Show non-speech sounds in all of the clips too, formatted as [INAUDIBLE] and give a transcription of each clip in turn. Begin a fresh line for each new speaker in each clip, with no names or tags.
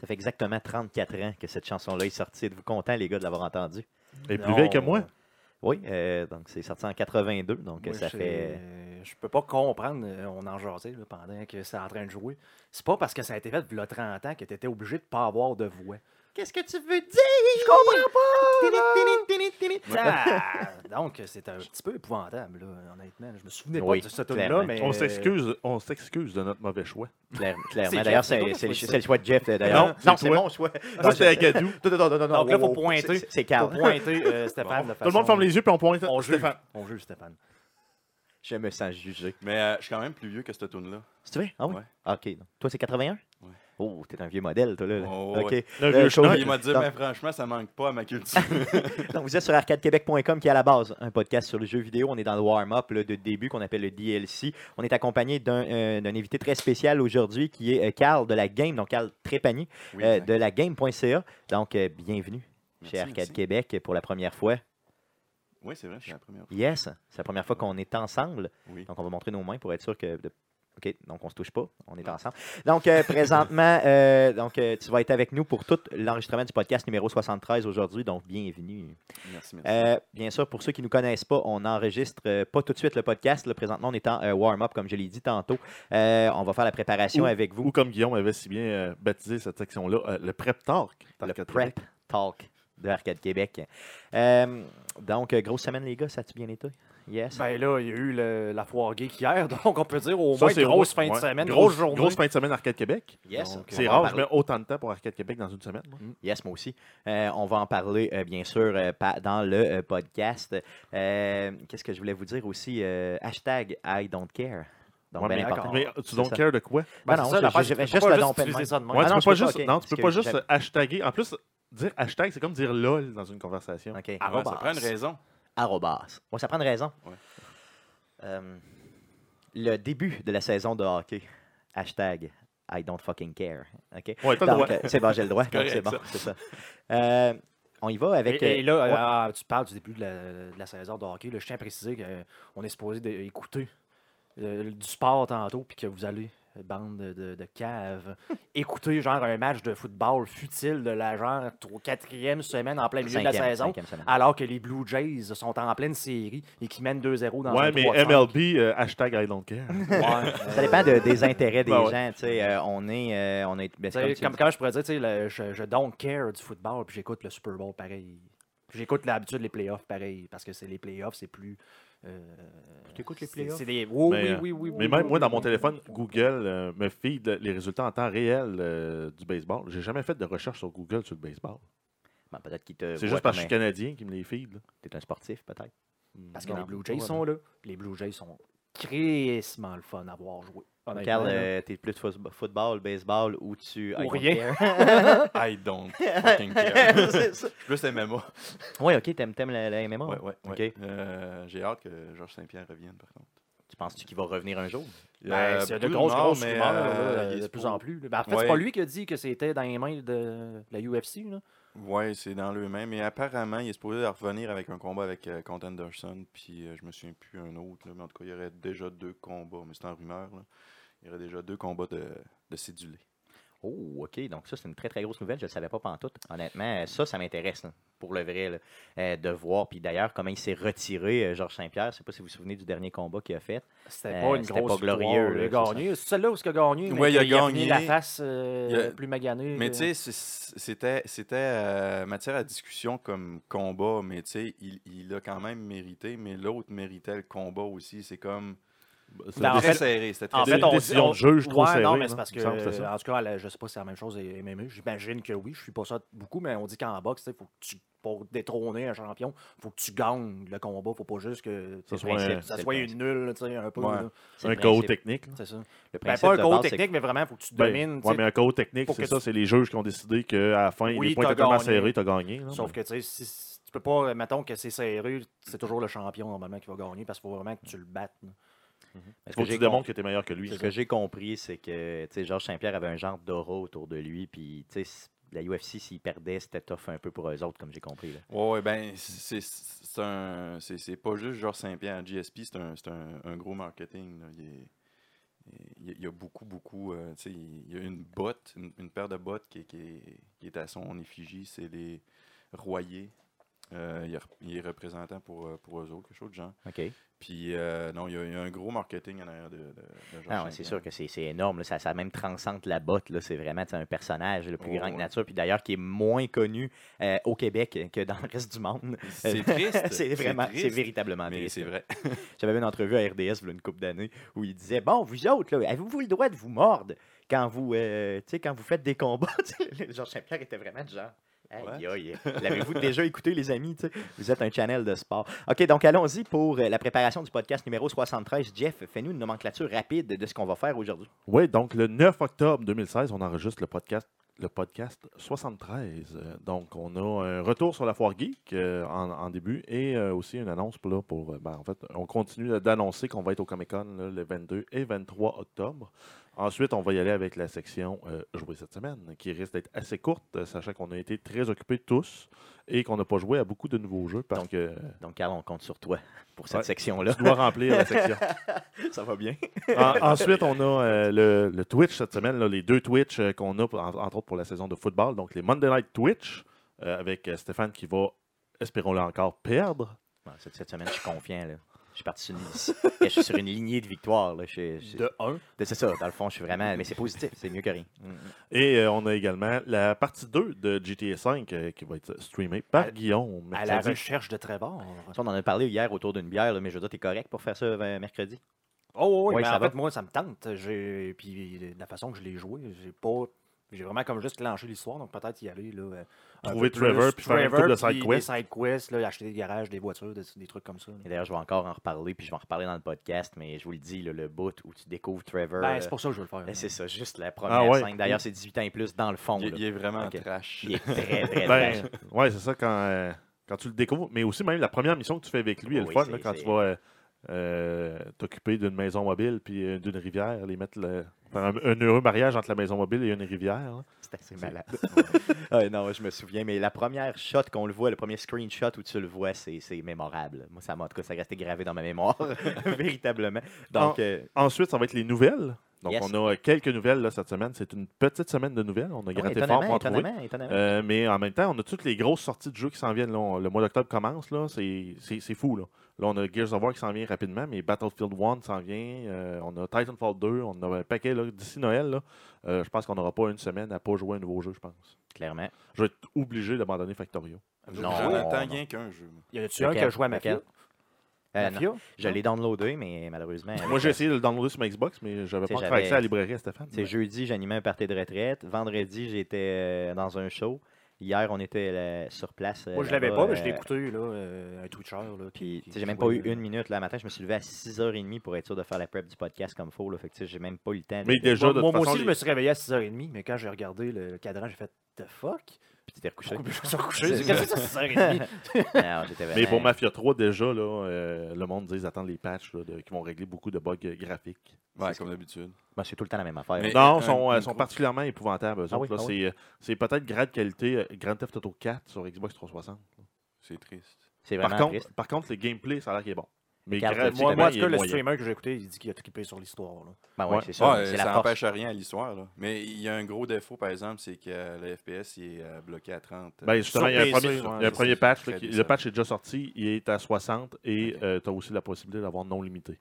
Ça fait exactement 34 ans que cette chanson-là est sortie. Êtes-vous content, les gars, de l'avoir entendue?
Et plus vieille que moi.
Oui, euh, donc c'est sorti en 82, donc
Moi,
ça
j'ai-
fait... euh,
Je peux pas comprendre, euh, on en jasait là, pendant que c'est en train de jouer. C'est pas parce que ça a été fait il y a 30 ans que tu étais obligé de pas avoir de voix.
Qu'est-ce que tu veux dire? Je comprends
Ah! [LAUGHS] Donc, c'est un petit peu épouvantable, là, honnêtement. Je me souvenais
Oui,
pas de ce
clairement.
tune-là, mais.
On s'excuse, on s'excuse de notre mauvais choix.
Claire-
[LAUGHS] C'est
clairement. D'ailleurs,
Jeff, c'est
c'est
toi qui
c'est le,
as choisi
c'est le choix de Jeff. d'ailleurs.
Non,
Ben, non
c'est
c'est
toi.
mon choix.
Ça, c'était
c'est-
Agadou.
Non, non, non, non, non,
Donc là,
wow,
faut
wow,
pointer.
c'est- C'est
Faut
Carl.
pointer euh,
Tout
Stéphane. de
le
façon-
monde ferme les yeux puis on pointe.
On juge.
Stéphane.
On juge Stéphane.
Je me sens jugé.
Mais euh, je suis quand même plus vieux que cette tune là
C'est vrai? Ah oui?
Ouais.
OK. donc. Toi, c'est 81?
Ouais.
Oh, t'es un vieux modèle, toi, là. là.
Oh, ouais.
OK.
Le
Euh,
vieux
chaud.
schnock.
Il m'a dit,
Donc-
mais franchement, ça manque pas à
[LAUGHS]
ma culture.
Donc, vous êtes sur arcadequebec.com qui est à la base un podcast sur le jeu vidéo. On est dans le warm-up là, de début qu'on appelle le DLC. On est accompagné d'un euh, d'un invité très spécial aujourd'hui qui est euh, Carl de la Game, donc Carl Trépanier
Oui,
euh,
exact.
de la Game.ca. Donc, euh, bienvenue
Merci,
chez Arcade
merci.
Québec pour la première fois.
Oui, c'est vrai, c'est la première fois.
Yes, c'est la première fois qu'on est ensemble.
Oui.
Donc, on va montrer nos mains pour être sûr que. de- OK, donc on se touche pas, on est ensemble. Donc, euh,
[LAUGHS]
présentement, euh, donc, euh, tu vas être avec nous pour tout l'enregistrement du podcast numéro 73 aujourd'hui. Donc, bienvenue.
Merci, merci.
Euh, bien sûr, pour ceux qui ne nous connaissent pas, on n'enregistre euh, pas tout de suite le podcast. Là, présentement, on est en euh, warm-up, comme je l'ai dit tantôt. Euh, on va faire la préparation
Ouh.
avec vous.
Ou comme Guillaume avait si bien euh, baptisé cette section-là, euh, le prep talk.
Le
Talk
prep talk de Arcade Québec. Euh, donc, euh, grosse semaine, les gars. Ça a-tu bien été? Yes.
Ben là, il y a eu le- la foire geek hier, [LAUGHS] donc on peut dire au
Ça,
moins
c'est
grosse
gros-
fin de
ouais.
semaine,
Grosse,
grosse journée.
Grosse fin de semaine Arcade Québec.
Yes.
donc,
C'est
On va en
rare, je
parler.
mets autant de temps pour Arcade Québec dans une semaine. moi.
Yes, moi aussi. Euh, on va en parler, euh, bien sûr, euh, pa- dans le euh, podcast. Euh, Qu'est-ce que je voulais vous dire aussi? Euh, hashtag I don't care. Donc,
Ouais,
ben,
mais,
important.
mais tu
C'est
don't
ça.
care de quoi?
Ben
Ben,
non,
c'est ça,
je-
l'affaire,
je-
c'est que tu
juste
peux pas
le domper de
utiliser
même.
ça de même.
Ouais,
Ah
tu
non,
peux
je
pas
peux pas,
juste,
ok.
non, tu peux pas
Excuse,
juste
j'aime-
hashtaguer. En plus, dire hashtag, c'est comme dire lol dans une conversation.
OK.
Ah, ouais, ça prend une
Arrobas.
raison.
Arrobas. Ouais, ça prend une raison.
Ouais.
Euh, le début de la saison de hockey. Hashtag I don't fucking care. OK?
Ouais, t'as le
Donc,
droit.
euh, c'est bon, j'ai le droit. donc
correct,
C'est bon,
ça.
c'est ça. Euh, on y va avec.
et, et
euh,
là,
ouais.
euh, tu parles du début de la, de la saison de hockey. là. je tiens à préciser qu'on est supposé d'é- écouter euh, du sport tantôt, puis que vous allez, euh, bande de, de, de
[LAUGHS]
caves, écouter genre un match de football futile de la genre tro- quatrième semaine en plein milieu de la
Cinquième-
saison,
cinquième semaine.
alors que les Blue Jays sont en pleine série et qui mènent 2-0 dans
Ouais,
un
mais
3-5.
MLB, euh, hashtag I don't care.
Ouais,
Ça
euh,
dépend de- des intérêts des
Ben ouais.
gens. tu sais, euh, on est. euh, on est ben, c'est
Tu sais,
tu
comme,
dis.
comment je pourrais dire, tu sais, le- je, je don't care du football, puis j'écoute le Super Bowl pareil. Puis J'écoute l'habitude les playoffs pareil, parce que c'est les playoffs, c'est plus. Euh,
Tu écoutes les
c'est-
playoffs?
c'est des- oh,
Mais, euh,
oui, oui, oui, oui,
Mais même
oui,
moi, dans
oui,
mon
oui.
téléphone, Google euh, me feed les résultats en temps réel euh, du baseball. J'ai jamais fait de recherche sur Google sur le baseball.
Ben, peut-être qu'ils te.
C'est
voient
juste parce que je suis
comme
canadien qui me les feed. là.
un- T'es un sportif, peut-être.
Parce que
Non,
les Blue Jays
ouais,
sont là. Les Blue Jays sont crissement le fun à voir jouer. honnêtement,
Carl,
là.
euh, t'es plus fo- football, baseball ou tu. I
ben, Ou
don't
rien.
care.
[LAUGHS] I don't
[LAUGHS]
fucking care.
C'est ça.
Je suis plus MMA.
ouais, ok, t'aimes, t'aimes la, la MMA.
Ouais, ouais,
Ok.
ouais. Euh, J'ai hâte que Georges Saint-Pierre revienne, par contre.
Tu penses-tu qu'il va revenir un jour?
Il y
[LAUGHS]
a
Ben, c'est de
beaucoup
grosses,
morts,
grosses
Euh, mais,
rumeurs, là,
euh,
là,
il est
de plus
suppo-
en plus. là. Ben, en fait, c'est
Ouais.
pas lui qui a dit que c'était dans les mains de la UFC. Là.
Ouais, c'est dans le même. Mais apparemment, il est supposé revenir avec un combat avec euh, Kent Anderson. Puis euh, je me souviens plus un autre. là, mais en tout cas, il y aurait déjà deux combats. Mais c'est en rumeur. Là. Il y aurait déjà deux combats de, de cédulés.
Oh, OK. Donc, ça, c'est une très, très grosse nouvelle. Je ne le savais pas pantoute. Honnêtement, euh, ça, ça m'intéresse, là, pour le vrai, là, euh, de voir. Puis d'ailleurs, comment il s'est retiré, euh, Georges Saint-Pierre. Je ne sais pas si vous vous souvenez du dernier combat qu'il a fait.
C'était
Euh,
pas une
c'était
grosse
pas glorieux,
victoire, là,
là, c'est
gagné. C'est celle-là où il a gagné. mais
Ouais, il a
qu'il fini
gagné.
la face euh,
Il a-
plus maganée.
Mais
là.
tu sais, c'est- c'était, c'était euh, matière à discussion comme combat, mais tu sais, il, il a quand même mérité, mais l'autre méritait le combat aussi. C'est comme.
C'est
Ben,
une
en
Très
décision-
fait-
serré, c'était très
En
des-
fait, on
décisions
on-
de jeu, je trouve
ouais, non,
serrées,
mais c'est
non?
parce
Il
que,
me semble que c'est ça.
en tout cas, elle- je sais pas si c'est la même chose et MMA. J'imagine que oui, je suis pas ça beaucoup, mais on dit qu'en boxe, il faut que tu, pour détrôner un champion, faut que tu gagnes le combat, faut pas juste que
Ça
le
soit un-
principe,
ça
c'est le
soit
principe.
une nulle, tu sais, un peu.
Ouais.
là.
C'est le
un chaos
principe.
technique. là.
C'est ça.
Le
Ben,
principe
pas un
de
gros
base, c'est-
technique, mais vraiment, faut que tu
Ben,
domines. tu
ouais,
sais.
mais un chaos technique,
pour
c'est
que
ça.
tu-
C'est les juges qui ont décidé qu'à la fin,
Oui,
les points
t'as
étaient tellement
gagné.
serrés, t'as gagné. là.
Sauf que, tu sais, si- si- tu peux pas, mettons que c'est serré, c'est toujours le champion normalement qui va gagner parce qu'il faut vraiment que tu le battes. là.
Mais ce
Faut
que
que
j'ai
tu démontres que t'es meilleur que lui.
Ce que j'ai compris, c'est que tu sais, Georges Saint-Pierre avait un genre d'aura autour de lui, puis tu sais, s- la UFC, s'il perdait, c'était tough un peu pour eux autres, comme j'ai compris. là.
Ouais, ouais, ben, c'est- c'est c'est un- c'est- c'est pas juste Georges Saint-Pierre. GSP, c'est un, c'est un- un gros marketing. là. Il, est- il- il y a beaucoup, beaucoup. euh, tu sais, il y a une botte, une, une paire de bottes qui, est- qui est, qui est à son effigie. C'est les Royers. Euh, il, est rep- il est représentant pour, euh, pour eux autres, quelque chose de genre.
OK.
Puis, euh, non, il y, a, il y a un gros marketing en arrière de, de, de Georges
Ah ouais, c'est
Saint-Pierre.
sûr que c'est c'est énorme. là. Ça, ça même transcende la botte. là. C'est vraiment tu sais, un personnage le plus
Oh,
grand que
ouais.
nature. Puis d'ailleurs, qui est moins connu euh, au Québec que dans le reste du monde.
C'est triste.
[LAUGHS] c'est vraiment, c'est
triste,
véritablement
Mais
triste.
c'est vrai.
J'avais vu une entrevue à RDS il y a une couple d'années où il disait Bon, vous autres, là, avez-vous le droit de vous mordre quand vous, euh, tu sais, quand vous faites des combats [LAUGHS] Tu sais, Georges Saint-Pierre était vraiment du genre. Aïe,
Ouais.
[LAUGHS] aïe. L'avez-vous déjà écouté, les amis? tu sais? Vous êtes un channel de sport. OK, donc allons-y pour euh, la préparation du podcast numéro 73. Jeff, fais-nous une nomenclature rapide de ce qu'on va faire aujourd'hui.
Oui, donc le 9 octobre 2016, on enregistre le podcast, le podcast 73. Euh, Donc, on a un retour sur la foire geek euh, en, en début et euh, aussi une annonce pour, là, pour euh, ben, en fait, on continue d'annoncer qu'on va être au Comic Con le 22 et 23 octobre. Ensuite, on va y aller avec la section euh, jouer cette semaine, qui risque d'être assez courte, euh, sachant qu'on a été très occupés tous et qu'on n'a pas joué à beaucoup de nouveaux jeux parce que
Donc, Carl, on compte sur toi pour cette
Ouais.
section-là.
tu dois remplir la section.
[LAUGHS] Ça va bien.
En- ensuite, on a euh, le, le Twitch cette semaine, là, les deux Twitch euh, qu'on a, pour- en- entre autres pour la saison de football. Donc, les Monday Night Twitch euh, avec euh, Stéphane qui va, espérons-le encore, perdre.
Bon, cette, cette semaine, je suis confiant. Là. Je suis parti sur une, je suis sur une lignée de victoires. là. Je- je-
De 1.
C'est ça, dans le fond, je suis vraiment. Mais c'est positif, c'est mieux que rien.
Et euh, on a également la partie 2 de GTA V euh, qui va être streamée par
À-
Guillaume.
À la
mercredi.
recherche de Trevor.
Ça, On en a parlé hier autour d'une bière, là, mais je veux dire, t'es correct pour faire ça euh, mercredi.
Oh, oui,
Ouais,
mais
ça
en
va.
fait, moi, ça me tente. J'ai- Puis la façon que je l'ai joué, j'ai pas. J'ai vraiment comme juste clenché l'histoire, donc peut-être y aller. Là, euh, un
Trouver
peu plus.
Trevor, puis faire une
Trevor,
couple de side
puis des
quests.
side quests, là, acheter des garages, des voitures, des, des trucs comme ça. là.
Et d'ailleurs, je vais encore en reparler, puis je vais en reparler dans le podcast, mais je vous le dis, là, le bout où tu découvres Trevor.
Ben,
euh,
c'est pour ça que je veux le faire.
ben,
là.
c'est ça, juste la première
Ah ouais.
scène. D'ailleurs, c'est 18 ans et plus dans le fond.
Il,
là.
il est vraiment
Ok.
trash.
Il est très, très
Ben,
trash.
ouais, c'est ça quand, euh, quand tu le découvres. Mais aussi, même la première mission que tu fais avec lui est le
Ah Oui,
fun
c'est-
là, quand
c'est-
tu vas euh, euh, t'occuper d'une maison mobile puis euh, d'une rivière, les mettre le- faire un, un heureux mariage entre la maison mobile et une rivière. là.
C'est assez malade. [LAUGHS] Ouais, non, je me souviens, mais la première shot qu'on le voit, le premier screenshot où tu le vois, c'est c'est mémorable. Moi, ça m'a en tout cas, ça restait gravé dans ma mémoire, [LAUGHS] véritablement. Donc, euh,
Ensuite, ça va être les nouvelles. Donc,
Yes.
on a euh, quelques nouvelles là, cette semaine. C'est une petite semaine de nouvelles. On a
ouais,
gratté fort
étonnamment,
pour en trouver.
étonnamment, étonnamment.
Euh, mais en même temps, on a toutes les grosses sorties de jeux qui s'en viennent. là. On- le mois d'octobre commence. là. C'est c'est- c'est fou. Là. Là, on a Gears of War qui s'en vient rapidement, mais Battlefield 1 s'en vient. Euh, on a Titanfall 2. On a un paquet là, d'ici Noël. là. Euh, je pense qu'on n'aura pas une semaine à pas jouer à un nouveau jeu, je pense.
Clairement.
Je vais être obligé d'abandonner Factorio.
J'en
Non,
attends
non.
rien qu'un jeu. moi.
Y en a-tu un qui a joué à ma
Lequel?
fille?
Euh, non,
Mafia?
je l'ai downloadé, mais malheureusement.
Moi,
avec,
j'ai
euh,
essayé de le downloader sur ma Xbox, mais j'avais
T'sais,
pas encore
j'avais-
accès à la librairie à Stéphane.
C'est jeudi, j'animais un party de retraite. Vendredi, j'étais euh, dans un show. Hier, on était euh, sur place. euh,
Moi, je l'avais
là-bas,
pas, mais je
euh,
l'ai écouté, là, euh, un Twitcher. Là,
Puis,
qui-
tu sais,
qui
j'ai même pas
jouait,
eu
là.
une minute. Là, le matin, je me suis levé à 6h30 pour être sûr de faire la prep du podcast comme faut. Là, fait que, tu sais, j'ai même pas eu le temps.
Mais
de...
déjà,
Moi,
de
moi-
toute
moi
façon,
aussi, je
les-
me suis réveillé à 6h30, mais quand j'ai regardé le, le cadran, j'ai fait The fuck?
Puis tu t'es recouché.
Pourquoi je me suis recouché? Qu'est-ce que c'est ça, 6h30?
Non, j'étais
Mais
vraiment-
pour Mafia 3, déjà, là, euh, le monde dit attendre les patchs là, de- qui vont régler beaucoup de bugs euh, graphiques.
Ouais, comme d'habitude.
Moi, c'est tout le temps la même affaire.
Mais- Et
non,
un-
sont, euh,
une
sont
grosse-
particulièrement épouvantables. eux
Ah oui,
autres, là.
ah
c'est, euh, c'est peut-être grade qualité euh, Grand Theft Auto 4 sur Xbox 360.
C'est triste.
C'est
Par
vraiment
contre,
Ben, triste.
par contre, le gameplay, ça a l'air qu'il est bon. Mais
Regarde,
graphiquement,
Euh, moi, moi, en
il
tout cas,
est
le
moyen.
streamer que j'ai écouté, il dit qu'il a trippé sur l'histoire. là.
Ben ouais,
ouais.
c'est ça.
Ouais,
c'est la
ça
force.
n'empêche rien à l'histoire. là. Mais il y a un gros défaut, par exemple, c'est que euh, le FPS il est euh, bloqué à 30.
Ben, justement, il y a un
PC,
premier,
ouais,
il y a un
c'est-
premier
c'est
patch.
très
là, qui- le
décevant.
patch est déjà sorti. Il est à 60 et
Ok.
tu as aussi la possibilité d'avoir non limité.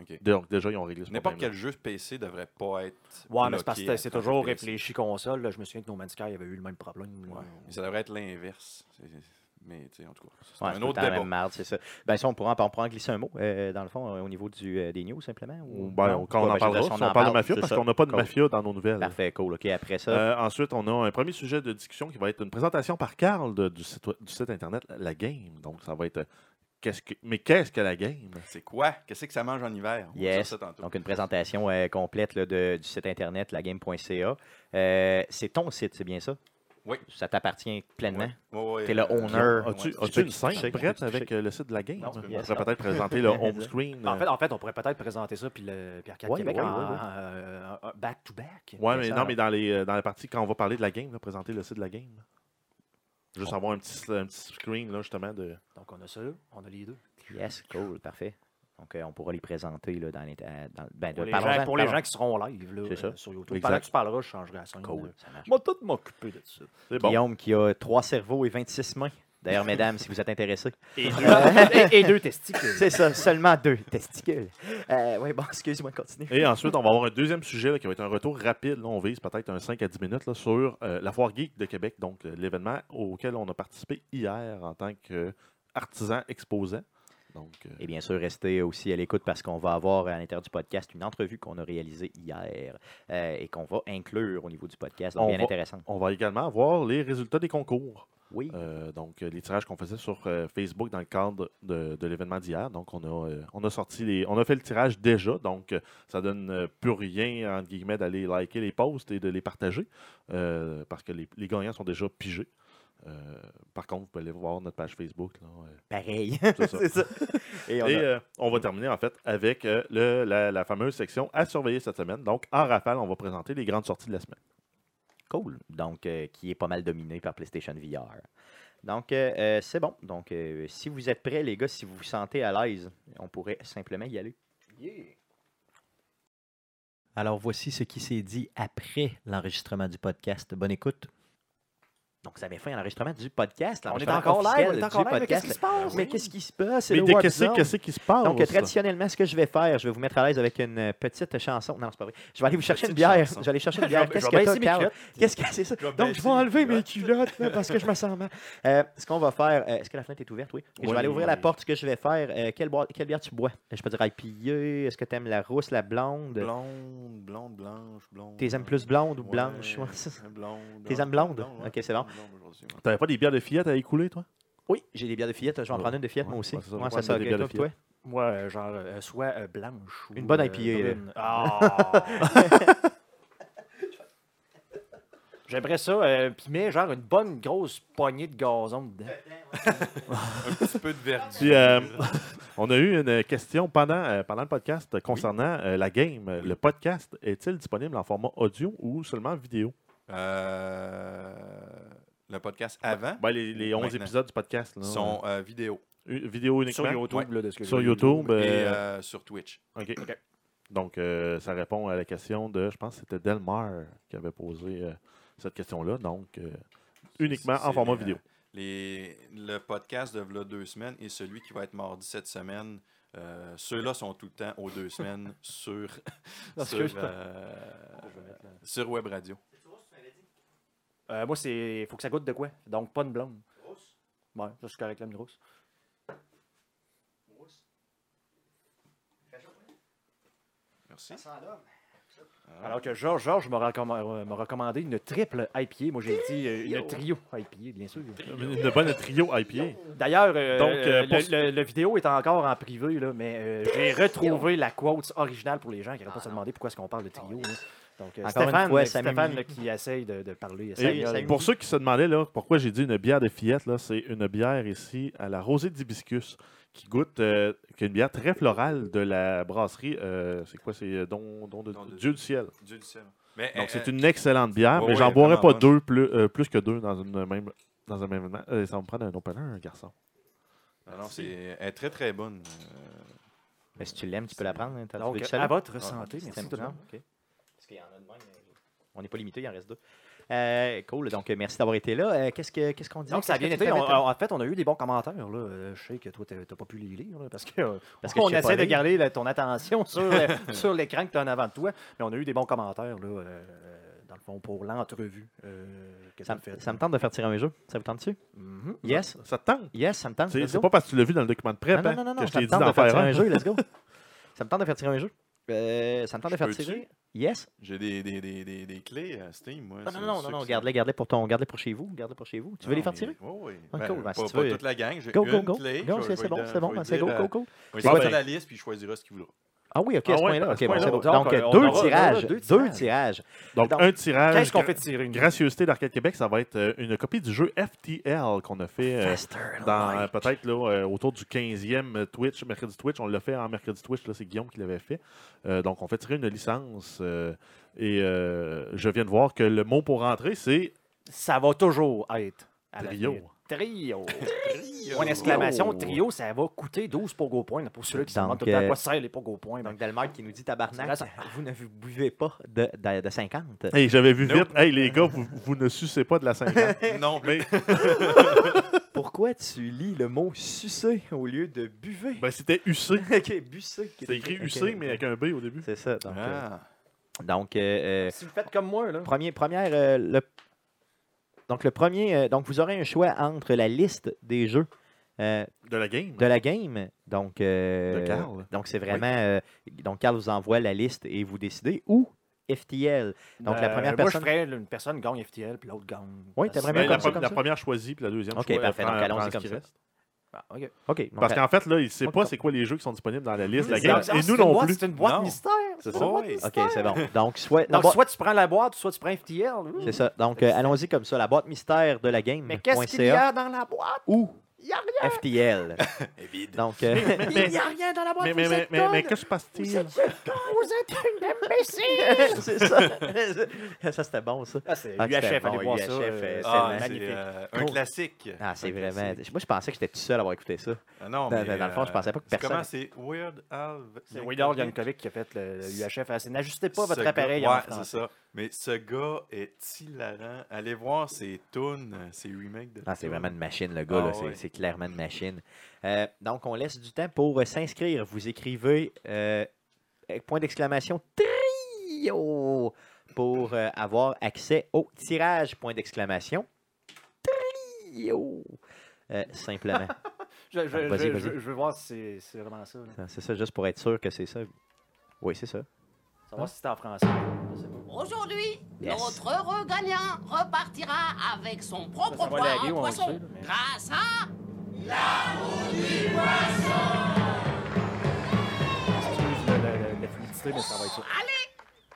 Ok.
Donc, déjà, ils ont réglé ce
N'importe
problème.
quel jeu PC devrait pas être.
Ouais, mais c'est parce
bloqué
que
à
c'est
30
toujours
FPS.
réfléchi console. là. Je me souviens que No Man's Sky avait eu le même problème.
Ouais. Mais ça devrait être l'inverse. C'est- c'est- Mais tu sais, en tout cas, c'est
Ouais,
un
c'est
autre
tout le temps la
débat.
même marde, c'est ça. Ben, ça, on pourra, en- on pourra en glisser un mot, euh, dans le fond, euh, au niveau du, euh, des news, simplement. Ou...
Ben,
non?
quand
Ouais,
on en
ben, je veux
parlera,
dire,
si
si
on
en
parle de
parle,
mafia,
c'est
parce
ça.
qu'on n'a pas de
Cool.
mafia dans nos nouvelles.
Parfait, cool. OK, après ça,
Euh, ensuite, on a un premier sujet de discussion qui va être une présentation par Carl de- du, site, du site Internet La Game. Donc, ça va être. euh, qu'est-ce que, mais qu'est-ce que la game
C'est quoi? Qu'est-ce que ça mange en hiver? On va
Yes.
dire ça tantôt.
donc une présentation euh, complète là, de- du site Internet, lagame.ca. Euh, c'est ton site, c'est bien ça?
Oui.
Ça t'appartient pleinement?
Ouais, ouais,
T'es le
euh,
owner.
As-tu,
Ouais,
tu
as-tu
peux
une scène
cliquer.
prête
Tu peux
avec
cliquer.
euh, le site de la game
Non,
tu peux
On
pas.
pourrait peut-être présenter le home screen.
En
euh,
fait, en fait, on pourrait peut-être présenter ça, puis le puis Arcade
Ouais,
Québec
ouais,
en-
ouais, ouais.
en- euh, en- back-to-back.
Ouais, mais
ça-
non, mais dans, les, euh, dans la partie, quand on va parler de la game, là, présenter le site de la game. là. Juste avoir un petit, un petit screen, là, justement, de.
Donc, on a ça, on a les deux.
Yes, cool, parfait. Donc, euh, on pourra les présenter là, dans les... euh, dans- ben,
Pour
de-
les,
parlons-en,
gens, pour les
parlons-
gens qui seront live là,
C'est ça.
euh, sur YouTube.
Exact.
Pendant que tu parleras, je changerai la scène.
Cool,
là.
ça marche.
Moi, tout m'occuper de ça.
C'est bon.
Guillaume qui a trois cerveaux et 26 mains. D'ailleurs, mesdames, si vous êtes intéressés.
Et deux, et, et deux testicules.
C'est ça, seulement deux testicules. oui, bon, excuse-moi, continue.
Et ensuite, on va avoir un deuxième sujet là, qui va être un retour rapide. Là, on vise peut-être un 5 à 10 minutes là, sur euh, la Foire Geek de Québec, donc euh, l'événement auquel on a participé hier en tant qu'artisan exposant. Donc, euh,
Et bien sûr, restez aussi à l'écoute parce qu'on va avoir à l'intérieur du podcast une entrevue qu'on a réalisée hier euh, et qu'on va inclure au niveau du podcast. Donc,
On
bien
va-
intéressant.
on va également avoir les résultats des concours.
Oui.
Euh, donc, euh, les tirages qu'on faisait sur euh, Facebook dans le cadre de, de l'événement d'hier. Donc, on a, euh, on a sorti les. On a fait le tirage déjà. Donc, euh, ça donne euh, plus rien, entre guillemets, d'aller liker les posts et de les partager. euh, parce que les, les gagnants sont déjà pigés. Euh, par contre, vous pouvez aller voir notre page Facebook. là,
[LAUGHS]
euh,
Pareil.
c'est ça.
C'est ça. Et on
Et
a-
euh, on va terminer en fait avec euh, le- la, la fameuse section à surveiller cette semaine. Donc, en rafale, on va présenter les grandes sorties de la semaine.
Cool. Donc, euh, qui est pas mal dominé par PlayStation VR. Donc, euh, euh, c'est bon. Donc, euh, si vous êtes prêts, les gars, si vous vous sentez à l'aise, on pourrait simplement y aller. Alors, voici ce qui s'est dit après l'enregistrement du podcast. Bonne écoute. Donc, ça met fin à l'enregistrement du podcast.
On est
l'enregistrement
encore live, on
officiel
est encore
du
live. mais Qu'est-ce qui se
podcast.
passe?
Mais qu'est-ce qui se passe? C'est
Mais
le
dès
What's
qu'est-ce
Up.
qu'est-ce qui se passe?
Donc,
là?
traditionnellement, ce que je vais faire, je vais vous mettre à l'aise avec une euh, petite chanson. Non, c'est pas vrai. Je vais aller vous chercher une
Petite
bière.
chanson.
Je vais aller chercher une
Je vais-
bière.
je
Qu'est-ce
vais
que
baisser
t'as,
mes
Carl?
culottes.
Qu'est-ce que c'est ça?
vais
Donc, je vais
baisser mes
enlever mes culottes là, parce que je me sens mal. Euh, ce qu'on va faire, euh, est-ce que la fenêtre est ouverte? Oui. Je
Oui,
vais aller ouvrir la
oui.
porte. Ce que je vais faire, euh, quelle, boire- quelle bière tu bois? Euh, Je peux dire IPA. Est-ce que tu aimes la rousse, la blonde?
Blonde, blonde, blanche, blonde.
T'es aimes
blanche.
plus blonde ou
Ouais, hein,
blanche? Ouais, c'est ça.
Blonde.
T'es aimes blonde? Ok, c'est bon.
T'avais pas des bières de fillette à écouler, toi?
Oui, j'ai des bières de fillette. Je vais en
Ouais.
prendre une de fillette, moi
Ouais,
aussi.
ouais, c'est ça, on
Moi,
va
ça,
prendre
ça,
des
ok,
bières de
toi, toi?
Moi, euh, genre, euh, soit euh, blanche ou.
Une bonne
euh,
IPA, là.
brune.
[LAUGHS]
Ah! J'aimerais ça, euh, puis mais genre une bonne grosse poignée de gazon dedans.
Un petit peu de verdure.
Puis, euh, [LAUGHS] on a eu une question pendant, euh, pendant le podcast concernant euh, la game. Le podcast est-il disponible en format audio ou seulement vidéo?
Euh, le podcast avant
Ben, les, les 11
Maintenant.
épisodes du podcast là,
sont euh, vidéo
euh, vidéo
Sur
uniquement.
YouTube, là, de ce que
Sur
j'ai vu.
YouTube,
et
euh,
euh, sur Twitch.
OK. Donc, euh, ça répond à la question de, je pense que c'était Delmar qui avait posé euh, cette question-là. Donc, euh, uniquement
C'est-
en format
c'est,
vidéo.
euh, Les, le podcast de v'là deux semaines et celui qui va être mardi cette semaine, euh, ceux-là sont tout le temps aux deux semaines
[LAUGHS]
sur,
Parce que
sur,
je peux-
euh, sur Web Radio.
Euh, moi, c'est. faut que ça goûte de quoi? Donc, pas une blonde. Grosse? Ouais, ça, je suis correct, là, une grosse.
hein?
Merci.
Ah.
Alors que Georges Georges m'a recommandé, recommandé une triple IPA. Moi, j'ai dit euh, une trio IPA, bien sûr.
Une bonne trio IPA.
D'ailleurs, euh,
Donc, euh,
le-
pour-
le, le vidéo est encore en privé, là, mais euh, j'ai retrouvé la quote originale pour les gens qui n'auraient pas se demander pourquoi est-ce qu'on parle de trio. là. Donc, euh,
Ah, Encore
Stéphane,
une fois, ça
Stéphane
m'humilie.
là, qui essaye de, de parler.
Et
espagnol.
ça-
pour ceux qui se demandaient là, pourquoi j'ai dit une bière de fillette, là, c'est une bière ici à la rosée d'hibiscus qui goûte, euh, qui est une bière très florale de la brasserie. euh, c'est quoi C'est euh, don, don de,
Don de-
Dieu du ciel.
Dieu du ciel. Mais,
Donc
euh,
c'est une excellente bière,
ouais,
mais
ouais,
j'en boirais pas
vraiment bonne.
deux plus, euh, plus que deux dans une même dans un même événement. Euh, ça va me prendre un opener, un garçon.
non, non, c'est, elle est très très bonne. Euh,
Mais si tu l'aimes, tu peux la prendre. hein. T'as- tu
Donc,
veux du
à
sel?
votre santé,
C'est
merci
simple,
tout le
non?
monde.
OK. Parce qu'il y en a de même, mais On n'est pas limité, il en reste deux. Euh, cool, donc euh, merci d'avoir été là. Euh, qu'est-ce, que, qu'est-ce qu'on dit?
Donc, ça a bien été. On-
Parce
en fait, on a eu des bons commentaires. Là. Euh, Je sais que toi, t'as t'as pas pu les lire là, parce que
que
euh, on
je sais pas
essaie de
lire.
garder là, ton attention sur, euh, sur l'écran que tu as en avant de toi. Mais on a eu des bons commentaires là, euh, dans le fond, pour l'entrevue euh, que
Ça,
t'as
me-
faite.
ça me tente de faire tirer mes jeux. Ça vous tente-tu?
Mhm.
Yes?
Ça te tente?
Yes, ça me tente.
C'est
let's
c'est
go.
pas parce que tu l'as vu dans le document de prep
non,
hein,
non, non, non,
que je
ça
t'ai
me
dit
tente
d'en
de faire
faire
tirer
un.
un jeu, let's go. ça me tente de faire tirer un jeu. Euh, ça me tente de
Je
faire
peux-tu?
tirer. Yes?
J'ai des, des, des, des, des clés à Steam, moi.
Non, non,
c'est
non,
ça
non, non,
qui-
garde-les, garde-les pour ton, garde-les pour chez vous, garde-les pour chez vous. Tu veux les faire
mais-
tirer?
Oui, oui.
Ah,
Ben,
cool, ben,
pas
si tu
pas
veux-
toute la gang. J'ai
Go,
une
go, go.
clé.
Go,
je vais-
c'est
je
c'est
vais
bon,
lui
c'est bon,
donner-
ben,
je vais
c'est
lui
go,
dire,
go,
euh,
go.
On
C'est
va
bon.
la liste, puis il choisira ce qu'il voudra.
Ah oui, ok,
Ah
à ce
ouais,
point-là.
à
Ok,
ce
bon,
point-là,
c'est bon.
donc,
Donc,
euh,
euh,
on
deux
aura-
tirages.
deux
Deux
tirages.
tirages.
Donc,
Donc,
un tirage.
Qu'est-ce qu'on
gra-
fait tirer une
Gracieuseté d'Arcade Québec, ça va être euh, une copie du jeu FTL qu'on a fait euh,
Faster,
dans euh,
like.
peut-être là, euh, autour du 15e Twitch, mercredi Twitch. On l'a fait en mercredi Twitch, là, c'est Guillaume qui l'avait fait. Euh, donc, on fait tirer une licence. euh, et euh, je viens de voir que le mot pour rentrer, c'est
Ça va toujours être à la
trio.
fin. Trio.
Trio.
Point d'exclamation. Trio, ça va coûter 12 pogo points. Pour ceux-là qui se
Donc,
demandent tout le temps à
euh,
quoi servent les pogo points.
Donc, Delmark qui nous dit
C'est là,
tabarnak,
ça-
vous ne vous buvez pas de, de, de 50.
Hey, j'avais vu vite.
Nope.
Hey, les gars, vous, vous ne sucez pas de
[LAUGHS]
la 50.
Non, mais
Mais
[LAUGHS] Pourquoi tu lis le mot sucer au lieu de buvez?
ben, c'était
[LAUGHS]
UC.
ok, bucer.
C'est écrit UC,
Ok,
mais avec un B au début.
C'est ça. Donc, euh,
Ah.
donc, euh, euh,
si vous faites comme moi, là.
premier, première, euh, le, donc le premier, euh, donc vous aurez un choix entre la liste des jeux euh,
De la game.
de la game. Donc, euh,
De Carl.
Donc, c'est vraiment. euh, donc, Carl vous envoie la liste et vous décidez. Ou FTL. Donc, la première personne-
Euh, Moi, je ferais une personne gagne FTL, puis l'autre gagne.
Oui, t'aimerais
Ben,
mieux
la,
comme ça,
pre- la première choisie, puis la deuxième
Ok,
choix,
parfait.
prend-
Donc, allons-y
prend ce
comme
qui
ça.
reste.
Ah, ok.
OK. donc,
Parce qu'en fait, là, il ne sait
Moi,
pas
je-
c'est quoi les jeux qui sont disponibles dans la liste de
Ah,
la
c'est
game.
une
Et nous
boîte-
non plus.
C'est une boîte
Non.
mystère.
C'est
une
ça.
boîte
Ouais.
mystère.
OK, c'est bon. Donc, soit. la
Donc,
boîte-
soit tu prends la boîte, soit tu prends FTL.
C'est ça. Donc, euh, allons-y comme ça. La boîte mystère de la game.
Mais qu'est-ce qu'il y a dans la boîte?
Ou
Il n'y a rien.
FTL.
Vide.
Donc, euh,
[LAUGHS]
Mais-
Il n'y a rien dans la boîte.
Mais, mais,
vous
mais,
êtes
mais, mais
connes.
que se passe-t-il?
Vous êtes connes, vous êtes une imbécile.
c'est [LAUGHS] ça. ça, c'était bon, ça.
Ah, c'est
Ah, c'était
UHF, allez
bon,
voir
UHF,
ça.
euh,
euh,
c'est
Ah, c'est
magnifique.
euh, un
Cool.
classique.
Ah, c'est
Un
vraiment.
classique.
Moi, je pensais que j'étais tout seul à avoir écouté ça.
Ah non,
Dans-
mais.
dans le fond, je pensais pas que
c'est
personne-
Comment c'est Weird Al.
C'est Weird Yankovic qui a fait le le UHF. Ah, c'est N'ajustez pas
Ce
votre
gars-
appareil. en
Ouais,
français.
c'est ça. Mais ce gars est hilarant. Allez voir ses tunes, ses remakes de
Ah, c'est
tunes.
vraiment une machine, le gars.
Ah
là. C'est-
ouais.
C'est clairement une machine. Euh, donc, on laisse du temps pour euh, s'inscrire. Vous écrivez euh, euh, point d'exclamation trio pour euh, avoir accès au tirage. Point d'exclamation trio. Euh,
[LAUGHS]
simplement.
Je, je,
Ah, vas-y,
je-
vas-y.
je- je veux voir si c'est- c'est vraiment ça. là.
Ah, c'est ça, juste pour être sûr que c'est ça. Oui, c'est ça. Hein?
Savoir si c'est en français. Je sais pas.
Aujourd'hui,
Yes.
notre heureux gagnant repartira avec son
Ça,
propre
ça va
poids
laguer,
en
on le sait,
poisson
là, mais-
grâce à
Excuse le- le- le- la fluidité, mais ça va être ça.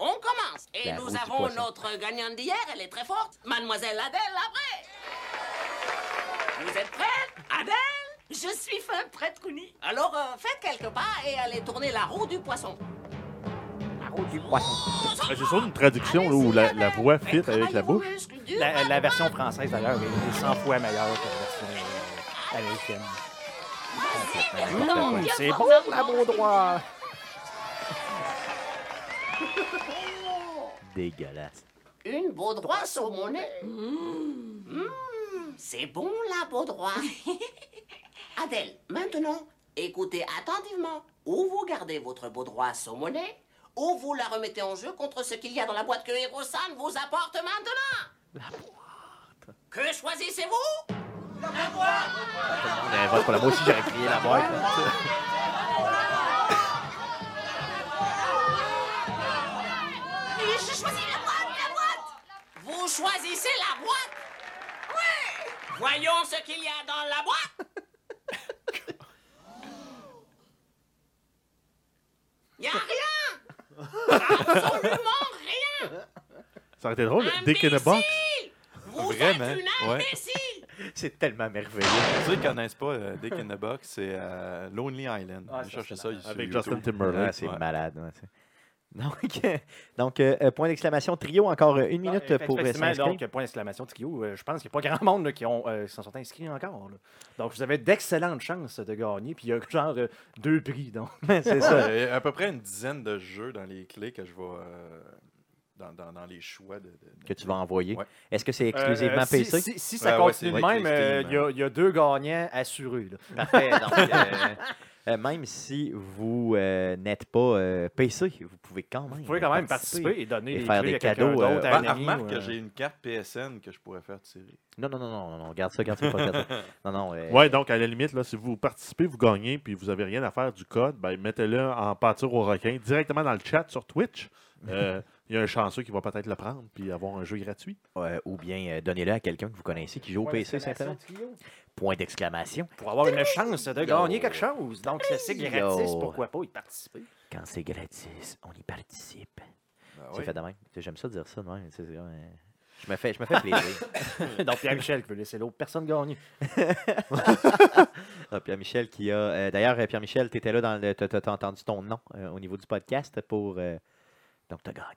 On commence. Et
La roue
nous
du
avons
poisson.
notre gagnante d'hier, elle est très forte, mademoiselle Adèle après. Vous êtes prête, Adèle Je suis fin prête, Couni. Alors euh, faites quelques pas et allez tourner la roue du poisson.
La roue du poisson.
Ah, J'ai sûr une traduction là, où la, la voix fit avec la bouche.
Ben,
La, la version française, d'ailleurs, est est 100 fois meilleure que la version euh, américaine.
Non,
C'est bon, la beau droit.
Dégueulasse.
Une baudroie saumonée. Mmh, c'est bon la baudroie. Adèle, maintenant, écoutez attentivement. Ou vous gardez votre baudroie saumonée, ou vous la remettez en jeu contre ce qu'il y a dans la boîte que Hero-san vous apporte maintenant. La boîte. Que choisissez-vous
On a un vote pour la moi aussi, j'aurais crié la boîte. là.
Je choisis la boîte, la boîte. Vous choisissez la boîte Oui. Voyons ce qu'il y a dans la boîte. Il a rien Absolument rien
Ça aurait été drôle.
Ah,
Dick in a box.
Imbécile! Vous
Vraiment,
êtes une
ouais.
imbécile
C'est tellement merveilleux.
Ceux qui ne connaissent pas euh, Dick in the Box, c'est euh, Lonely Island.
Ah,
Allez
ça,
chercher
c'est
ça
malade.
sur
Avec
YouTube. Ah,
Justin
Ouais,
Timberlake.
Ah, c'est
[LAUGHS] ouais.
malade. ouais, c'est- donc, [LAUGHS] euh, donc euh, euh, point d'exclamation, trio, encore euh, une minute
Ah,
pour euh,
effectivement,
s'inscrire.
donc, point d'exclamation trio, euh, je pense qu'il n'y a pas grand monde là, qui, ont, euh, qui s'en sont inscrits encore. là. Donc, vous avez d'excellentes chances de gagner. Puis, il y a [LAUGHS] genre euh, deux prix. Donc,
[LAUGHS]
Euh,
c'est
Il y
ça.
a à peu près une dizaine de jeux dans les clés que je vais. euh, dans, dans, dans les choix de. de-
Que tu vas envoyer.
Ouais.
Est-ce que c'est exclusivement
Euh, si-
PC?
Si, si ça
Ben Ouais, ouais,
continue
c'est
de
avec
même,
les
euh, il
[LAUGHS]
Steam,
y a- il y, a deux gagnants assurés. là.
Parfait. Donc, euh, Euh, même si vous euh, n'êtes pas euh, PC, vous pouvez quand même.
Vous pouvez quand même participer et donner
et
les
faire
clés
des
à quelqu'un
cadeaux, euh,
d'autre, à un
Ben,
ami
remarque
ou,
que
euh,
j'ai une carte PSN que je pourrais faire tirer.
Non, non, non, non, non, non, garde ça, garde ça, pas, garde
[LAUGHS]
ça. Non, non. euh,
Ouais, donc à la limite, là, si vous participez, vous gagnez, puis vous n'avez rien à faire du code, ben, mettez-le en pâture au requin directement dans le chat sur Twitch. Euh, Il y a un chanceux qui va peut-être le prendre puis avoir un jeu gratuit.
euh, ou bien euh, donnez-le à quelqu'un que vous connaissez qui joue au PC simplement. Point d'exclamation.
Pour avoir une chance de gagner quelque chose. Donc, c'est- c'est
Yo.
gratis, pourquoi pas y participer.
Quand c'est gratis, on y participe.
Ben
C'est
oui.
fait de même. Tu sais, J'aime ça dire ça, de même. tu sais, c'est comme, euh, Je me fais, je me
[LAUGHS]
fais plaisir.
Donc, Pierre-Michel qui veut laisser l'autre personne gagner.
Ah, Pierre-Michel qui a. euh, D'ailleurs, euh, Pierre-Michel, tu étais là dans le. T'as t'as entendu ton nom euh, au niveau du podcast pour. euh, donc, t'as gagné.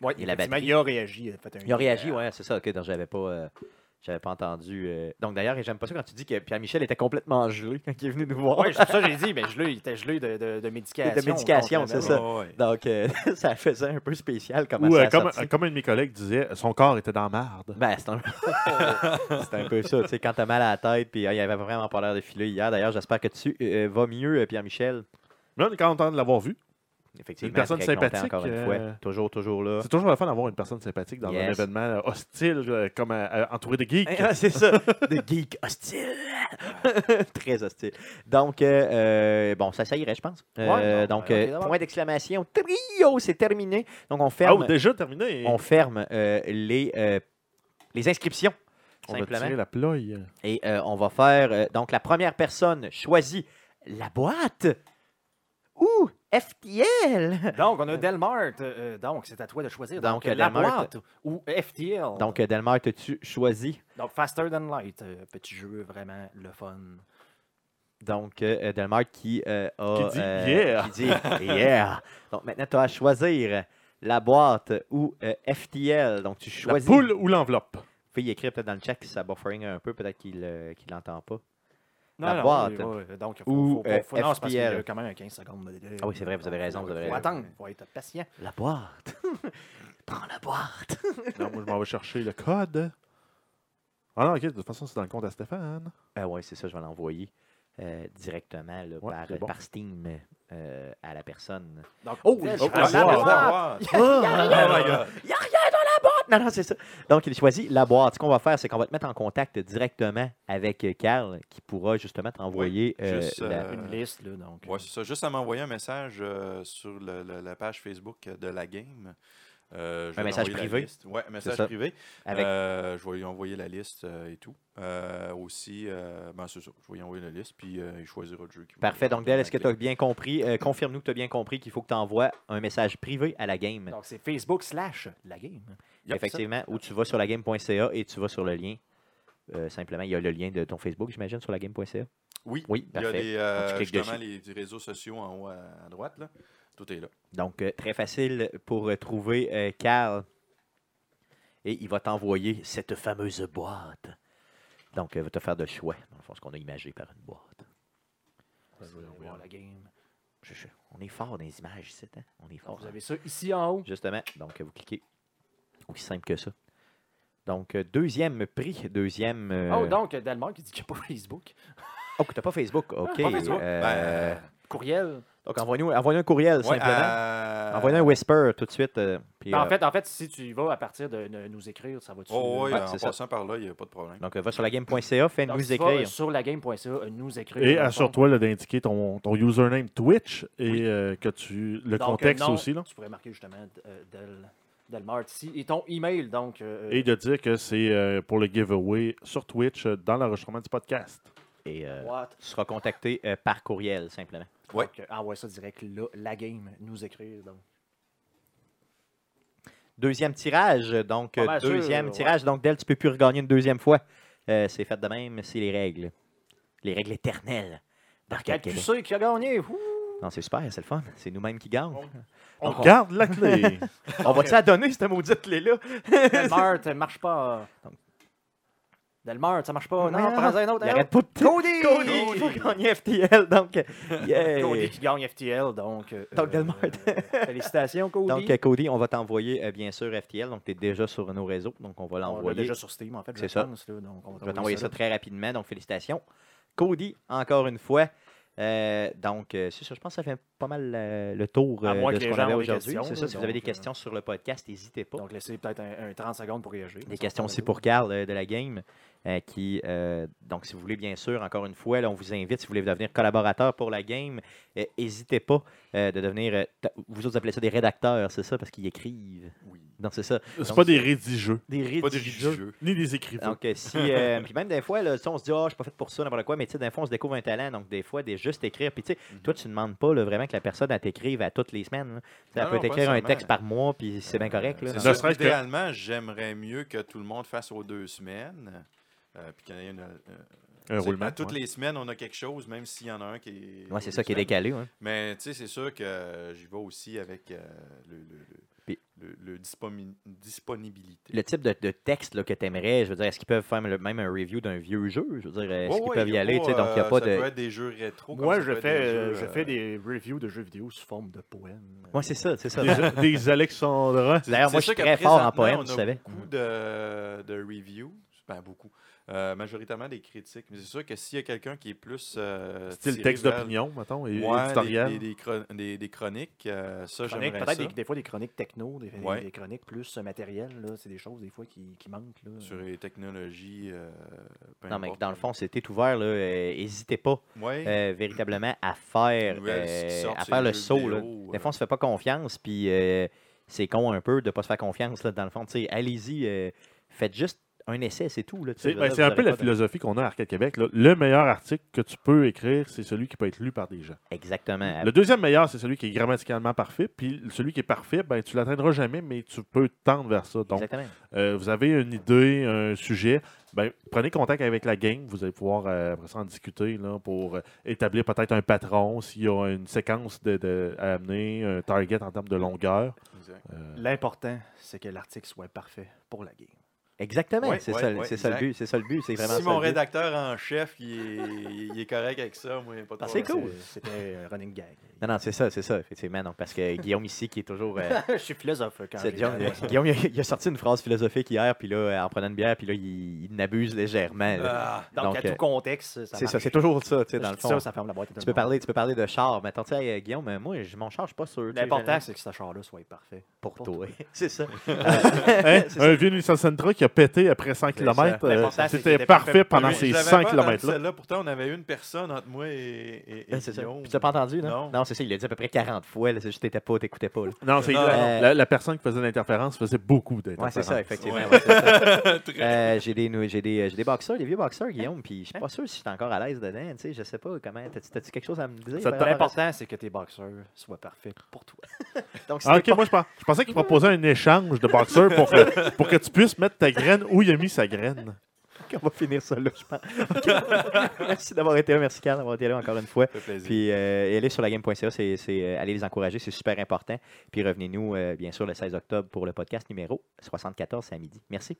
T'as
Oui,
gagné la
effectivement,
batterie.
il a réagi. Il a, fait un
Il a réagi, ouais, c'est ça. Ok, donc j'avais pas. euh, j'avais pas entendu. euh, Donc d'ailleurs, j'aime pas ça quand tu dis que Pierre-Michel était complètement gelé [LAUGHS] quand il est venu nous voir.
Oui, c'est pour ça que j'ai dit, mais gelé, il était gelé de, de, de médication.
De médication,
donc,
c'est
euh,
ça.
Ouais, ouais.
Donc euh, [LAUGHS] ça faisait un peu spécial comme
Ou
ça
euh,
a
comme,
sorti.
euh, comme un de mes collègues disait, son corps était dans la marde.
Ben, c'est un... c'est un peu ça, tu sais, quand t'as mal à la tête, puis ah, il avait vraiment pas l'air de filer hier. D'ailleurs, j'espère que tu euh, vas mieux, euh, Pierre-Michel.
Mais on est content de l'avoir vu.
Effectivement,
Une personne
très content,
sympathique,
encore une
euh,
fois. Toujours, toujours là.
C'est toujours le fun d'avoir une personne sympathique dans
Yes.
un événement euh, hostile euh, comme euh, euh, entouré de geeks.
Ah, c'est
[LAUGHS]
ça, de geek hostile. [LAUGHS] Très hostile. Donc, euh, euh, bon, ça, ça irait, je pense. Euh,
ben,
Ouais, non,
donc,
ouais,
euh,
ok, d'abord.
point d'exclamation, trio, c'est terminé. Donc, on
Ah,
ferme,
oh, déjà terminé.
on ferme euh, les, euh, les inscriptions,
On a
simplement.
tiré la ploie.
Et euh, on va faire, euh, donc, la première personne choisit la boîte ou FTL.
Donc, on a Delmart. euh, donc, c'est à toi de choisir.
Donc,
Donc, la
Delmart.
boîte ou FTL.
Donc, euh, Delmar, as-tu choisi?
Donc, Faster Than Light. euh, petit jeu vraiment le fun.
Donc, euh, Delmar qui euh, a.
Qui dit
euh,
Yeah.
qui dit
[LAUGHS]
Yeah. Donc, maintenant, tu as à choisir la boîte ou euh, FTL. Donc, tu
La
choisis.
poule ou l'enveloppe.
Puis, il écrit peut-être dans le chat que ça buffering un peu, peut-être qu'il ne l'entend pas.
Non,
La
non,
boîte.
oui, oui, oui, donc, faut,
Ou,
faut,
euh,
faut, faut- non, c'est parce qu'il y a
FPL.
quand même un 15 secondes. de délai.
Ah oui, c'est vrai, vous avez raison, vous avez raison.
Faut attendre, faut être patient.
La
[LAUGHS]
boîte. Prends la boîte.
Non, moi, je m'en vais chercher le code. Ah non, ok, de toute façon, c'est dans le compte à Stéphane.
[LAUGHS] Euh, oui, c'est ça, je vais l'envoyer euh, directement là,
Ouais, c'est
par,
bon.
par Steam euh, à la personne.
Donc,
Oh,
Del-
oh,
ah,
la
la
boîte.
boîte.
Ah,
Il n'y a rien dans la boîte! Non, non, c'est ça. Donc, il choisit la boîte. Ce qu'on va faire, c'est qu'on va te mettre en contact directement avec euh, Carl, qui pourra justement t'envoyer euh,
juste,
la-
euh,
Une liste, là, donc.
Ouais, c'est ça. Juste à m'envoyer un message euh, sur le- le- la page Facebook de la game. Euh, je
Un
vais
message
t'envoyer la
privé.
liste. Ouais, un message
ça.
privé.
avec
Euh, je vais lui envoyer la liste euh, et tout. Euh, aussi, euh, ben, c'est ça. Je vais lui envoyer la liste, puis euh, il choisira le jeu. qu'il va
Parfait. Donc, Del, est-ce que tu as
contacter.
bien compris? Euh, Confirme-nous que tu as bien compris qu'il faut que tu envoies un message privé à la game.
Donc, c'est Facebook slash la game.
Yep,
Effectivement, ou tu vas sur lagame.ca et tu vas sur le lien. Euh, simplement, il y a le lien de ton Facebook, j'imagine, sur lagame.ca.
Oui,
Oui,
il y a
parfait.
les, euh,
Donc, tu cliques
justement les, les réseaux sociaux en haut à, à droite. Là. Tout est là.
Donc, euh, très facile pour euh, trouver euh, Carl. Et il va t'envoyer cette fameuse boîte. Donc, euh, il va te faire de choix, dans le fond, ce qu'on a imagé par une boîte.
Voir la game.
Je- je- on est fort dans les images ici, hein? On est fort.
Vous avez ça ici en haut.
Justement, donc vous cliquez. Aussi simple que ça. Donc, euh, deuxième prix, deuxième. euh,
Oh, donc, Delmar qui dit qu'il n'y a pas Facebook.
Oh, que t'as pas Facebook. OK.
Ah, pas Facebook.
euh,
Ben,
Courriel.
Donc, envoie-nous envoie un courriel,
ouais, euh,
simplement.
à-
Envoie-nous un whisper tout de suite. euh, puis,
Ben, en,
euh,
fait, en fait, si tu y vas à partir de ne- nous écrire, ça va tu
Oh, ouais,
Ouais,
en
c'est ça.
passant par là, il n'y a pas de problème.
donc, euh, va sur la game.ca,
Donc,
fais-nous
tu vas, euh,
écrire.
sur la game.ca, euh, nous écrire.
Et
dans le fond.
assure-toi là, d'indiquer ton, ton username Twitch et euh, que tu le
Donc, euh,
contexte
non,
aussi. Là,
Tu pourrais marquer justement euh, Del, Delmart ici. Et ton email, donc. euh,
et de dire que c'est euh, pour le giveaway sur Twitch euh, dans l'enregistrement du podcast.
Et euh,
What?
tu seras contacté euh, par courriel, simplement.
Ouais.
Donc, euh, envoie ça direct là, la game, nous écrire. Donc.
Deuxième tirage. Donc,
Pas
euh,
mal sûr,
deuxième
ouais.
tirage. Donc, Del, tu peux plus regagner une deuxième fois. Euh, c'est fait de même, c'est les règles. Les règles éternelles d'Arcade
Quel tu
Québec.
sais qui a gagné? Ouh!
Non, c'est super, c'est le fun. C'est nous-mêmes qui gagnons.
On
Donc, on-
garde la clé.
[LAUGHS]
On va-tu la donner, cette maudite clé-là?
Delmart, ça marche pas.
Donc-
Delmart, ça marche pas. Non,
Non,
prends un autre.
[LAUGHS] Il
hein? un
arrête
autre.
pas de
Cody!
[LAUGHS] Cody! Il faut gagner FTL,
[LAUGHS]
donc... yeah.
Cody qui gagne FTL, donc. euh,
Donc, Delmart. [LAUGHS]
euh, félicitations, Cody.
Donc, euh, Cody, on va t'envoyer, euh, bien sûr, FTL. Donc, tu es déjà sur nos réseaux, donc on va
on l'a
l'envoyer.
déjà sur Steam, en fait. je
C'est ça.
pense, Ah là, donc on va
Je vais t'envoyer ça très rapidement, donc félicitations. Cody, encore une fois, Euh, donc, euh, c'est ça. Je pense que ça fait pas mal euh, le tour
À
euh,
moins
de
que
ce
les
qu'on
gens
avait
ont des
aujourd'hui.
questions,
C'est ça.
là,
Si vous avez des
donc, euh,
questions sur le podcast, n'hésitez pas.
Donc, laissez peut-être un, un 30 secondes pour réagir.
Des questions aussi pour Carl euh, de la game. euh, qui, euh, donc, si vous voulez, bien sûr, encore une fois, là, on vous invite, si vous voulez devenir collaborateur pour la game, n'hésitez pas euh, de devenir, euh, ta- vous autres appelez ça des rédacteurs, c'est ça, parce qu'ils écrivent.
Oui.
Non, c'est ça.
C'est
Donc,
pas des rédigeux,
Des
Pas de
rédigeurs.
religieux.
ni des écrivains.
Donc, euh, si. [LAUGHS] euh, puis même des fois, là, tu sais, on se dit, ah, je suis pas fait pour ça, n'importe quoi, mais tu sais, des fois, on se découvre un talent. Donc, des fois, des juste écrire. Puis, tu sais, toi, tu ne demandes pas là, vraiment que la personne, elle t'écrive à toutes les semaines. là. Tu sais, Elle
Non,
peut
non, pas
t'écrire un
nécessairement.
texte par mois, puis c'est bien
Euh,
correct. là.
c'est
Ne
sûr,
serait-ce que-
idéalement, j'aimerais mieux que tout le monde fasse aux deux semaines. euh, puis qu'il y en ait une, euh,
Un
c'est-
roulement.
à toutes
ouais.
les semaines, on a quelque chose, même s'il y en a un qui est.
Ouais, c'est ça qui est
semaines.
décalé. ouais.
Mais tu sais, c'est sûr que euh, j'y vais aussi avec euh, le, le, le-
Puis-
le- le dispomi- disponibilité.
Le type de, de texte là, que tu aimerais, je veux dire, est-ce qu'ils peuvent faire le- même un review d'un vieux jeu Je veux dire, est-ce
Ouais,
qu'ils
ouais,
euh, peuvent y
a
aller
pas,
tu sais, Donc, il n'y a
euh,
pas
ça
de.
peut être des jeux rétro. comme
Moi,
ça
je
peut être
fais,
des
euh,
jeux,
je
euh,
fais des reviews de jeux vidéo sous forme de poèmes.
Ouais, c'est ça, c'est ça.
[LAUGHS]
Des, des Alexandrins.
C'est-
D'ailleurs,
c'est
moi, je suis
sûr que
très fort en
présentement,
poème,
on
tu
a
savais.
beaucoup de, de reviews, ben beaucoup, Euh, majoritairement des critiques. Mais c'est sûr que s'il y a quelqu'un qui est plus. euh,
Style
tiré
texte
vers-
d'opinion, mettons, et
Ouais,
éditorial.
des, des, des chron- des- des chroniques, euh, ça,
Chroniques,
j'aimerais
peut-être
ça.
des, des fois des chroniques techno, des, des-
Ouais.
des chroniques plus euh, matérielles. là. C'est des choses, des fois, qui, qui manquent. Là.
Sur les technologies. euh, peu
Non, mais
importe.
dans le fond, c'était ouvert. N'hésitez pas
Ouais.
euh, véritablement à faire,
Nouvelles qui
euh,
sortent,
à
c'est
faire
les
le
jeux
saut. Là.
vidéo,
Des
euh.
fois, on se fait pas confiance, puis euh, c'est con un peu de pas se faire confiance, là, dans le fond. Tu sais, Allez-y, euh, faites juste un essai, c'est tout. là, tu sais,
C'est
je veux
ben,
dire,
c'est
vous
un peu
aurez
la
pas de-
philosophie qu'on a à Arcade Québec. là. Le meilleur article que tu peux écrire, c'est celui qui peut être lu par des gens.
Exactement.
Le deuxième meilleur, c'est celui qui est grammaticalement parfait. Puis celui qui est parfait, ben, tu l'atteindras jamais, mais tu peux tendre vers ça. Donc,
Exactement.
euh, vous avez une idée, un sujet, ben, prenez contact avec la game. Vous allez pouvoir euh, après ça en discuter là, pour euh, établir peut-être un patron, s'il y a une séquence de, de- à amener, un target en termes de longueur.
Exact.
[LAUGHS]
Euh,
L'important, c'est que l'article soit parfait pour la game.
Exactement,
Ouais,
c'est
ouais,
ça, le-
ouais,
c'est ça le
exact.
but. C'est ça le but. C'est vraiment
Si
ça
mon
le but.
rédacteur en chef, il est, il est correct avec ça, moi, il n'y a pas de
Ah, c'est
problème.
cool.
C'était un running gag.
Non, non, c'est ça, c'est ça, effectivement. Donc, parce que Guillaume ici, qui est toujours. euh,
[LAUGHS] Je suis philosophe quand
c'est
j'ai-
Guillaume, euh, Guillaume, il a- il a sorti une phrase philosophique hier, puis là, euh, en prenant une bière, puis là, il, il n'abuse légèrement. là.
Ah,
Donc,
Donc,
à
euh,
tout contexte, ça
c'est ça,
marche.
c'est toujours ça, tu sais, dans
Je
le
dis
fond.
Ça, ça ferme la boîte. à tout
Tu
le
peux
monde.
parler, tu peux parler de char, mais attends, tu sais, hey, Guillaume, euh, moi, je- mon char, je suis pas sûr. tu sais,
L'important,
j'aimerais-
c'est que ce char-là soit parfait.
pour
pour
toi. [LAUGHS] C'est ça.
hein,
C'est
un vieux Nissan Sentra qui a pété après 100
ça.
km.
L'important, c'est qu'il
C'était
était
parfait
parfait.
pendant
Oui,
ces
j'avais
100
pas entendu
km-là.
celle-là, pourtant, on avait une personne entre moi et, et, et
Ah, C'est ça.
Guillaume.
Puis t'as pas entendu, non? Non,
Non.
c'est ça, il l'a dit à peu près 40 fois, là, c'est juste t'étais pas, t'écoutais pas. là.
Non, c'est
Non,
la,
non.
la- la personne qui faisait l'interférence faisait beaucoup
Ouais,
d'interférences.
c'est ça, effectivement.
Ouais.
ouais, c'est ça. [LAUGHS]
Très-
Euh, j'ai des, nou- j'ai des, j'ai des boxeurs, des vieux boxeurs, Guillaume, puis je suis pas sûr si je suis encore à l'aise dedans, tu sais, je sais pas comment, t'as-tu t'as-tu quelque chose à me dire?
Ça
par
te-
rapport à
L'important, c'est que tes boxeurs soient parfaits pour toi.
ça? Donc, si
Ah,
t'es
ok,
pas-
moi je, pens- je pensais qu'il proposait un échange de boxeurs pour que, pour que tu puisses mettre ta graine où il a mis sa graine.
on va finir ça là, je pense. Ok. [LAUGHS] merci d'avoir été là, merci Carl d'avoir été là encore une fois.
Ça fait plaisir.
Puis euh, allez sur la game.ca, c'est, c'est, euh, allez les encourager, c'est super important. Puis revenez-nous, euh, bien sûr, le 16 octobre pour le podcast numéro 74 c'est à midi. Merci.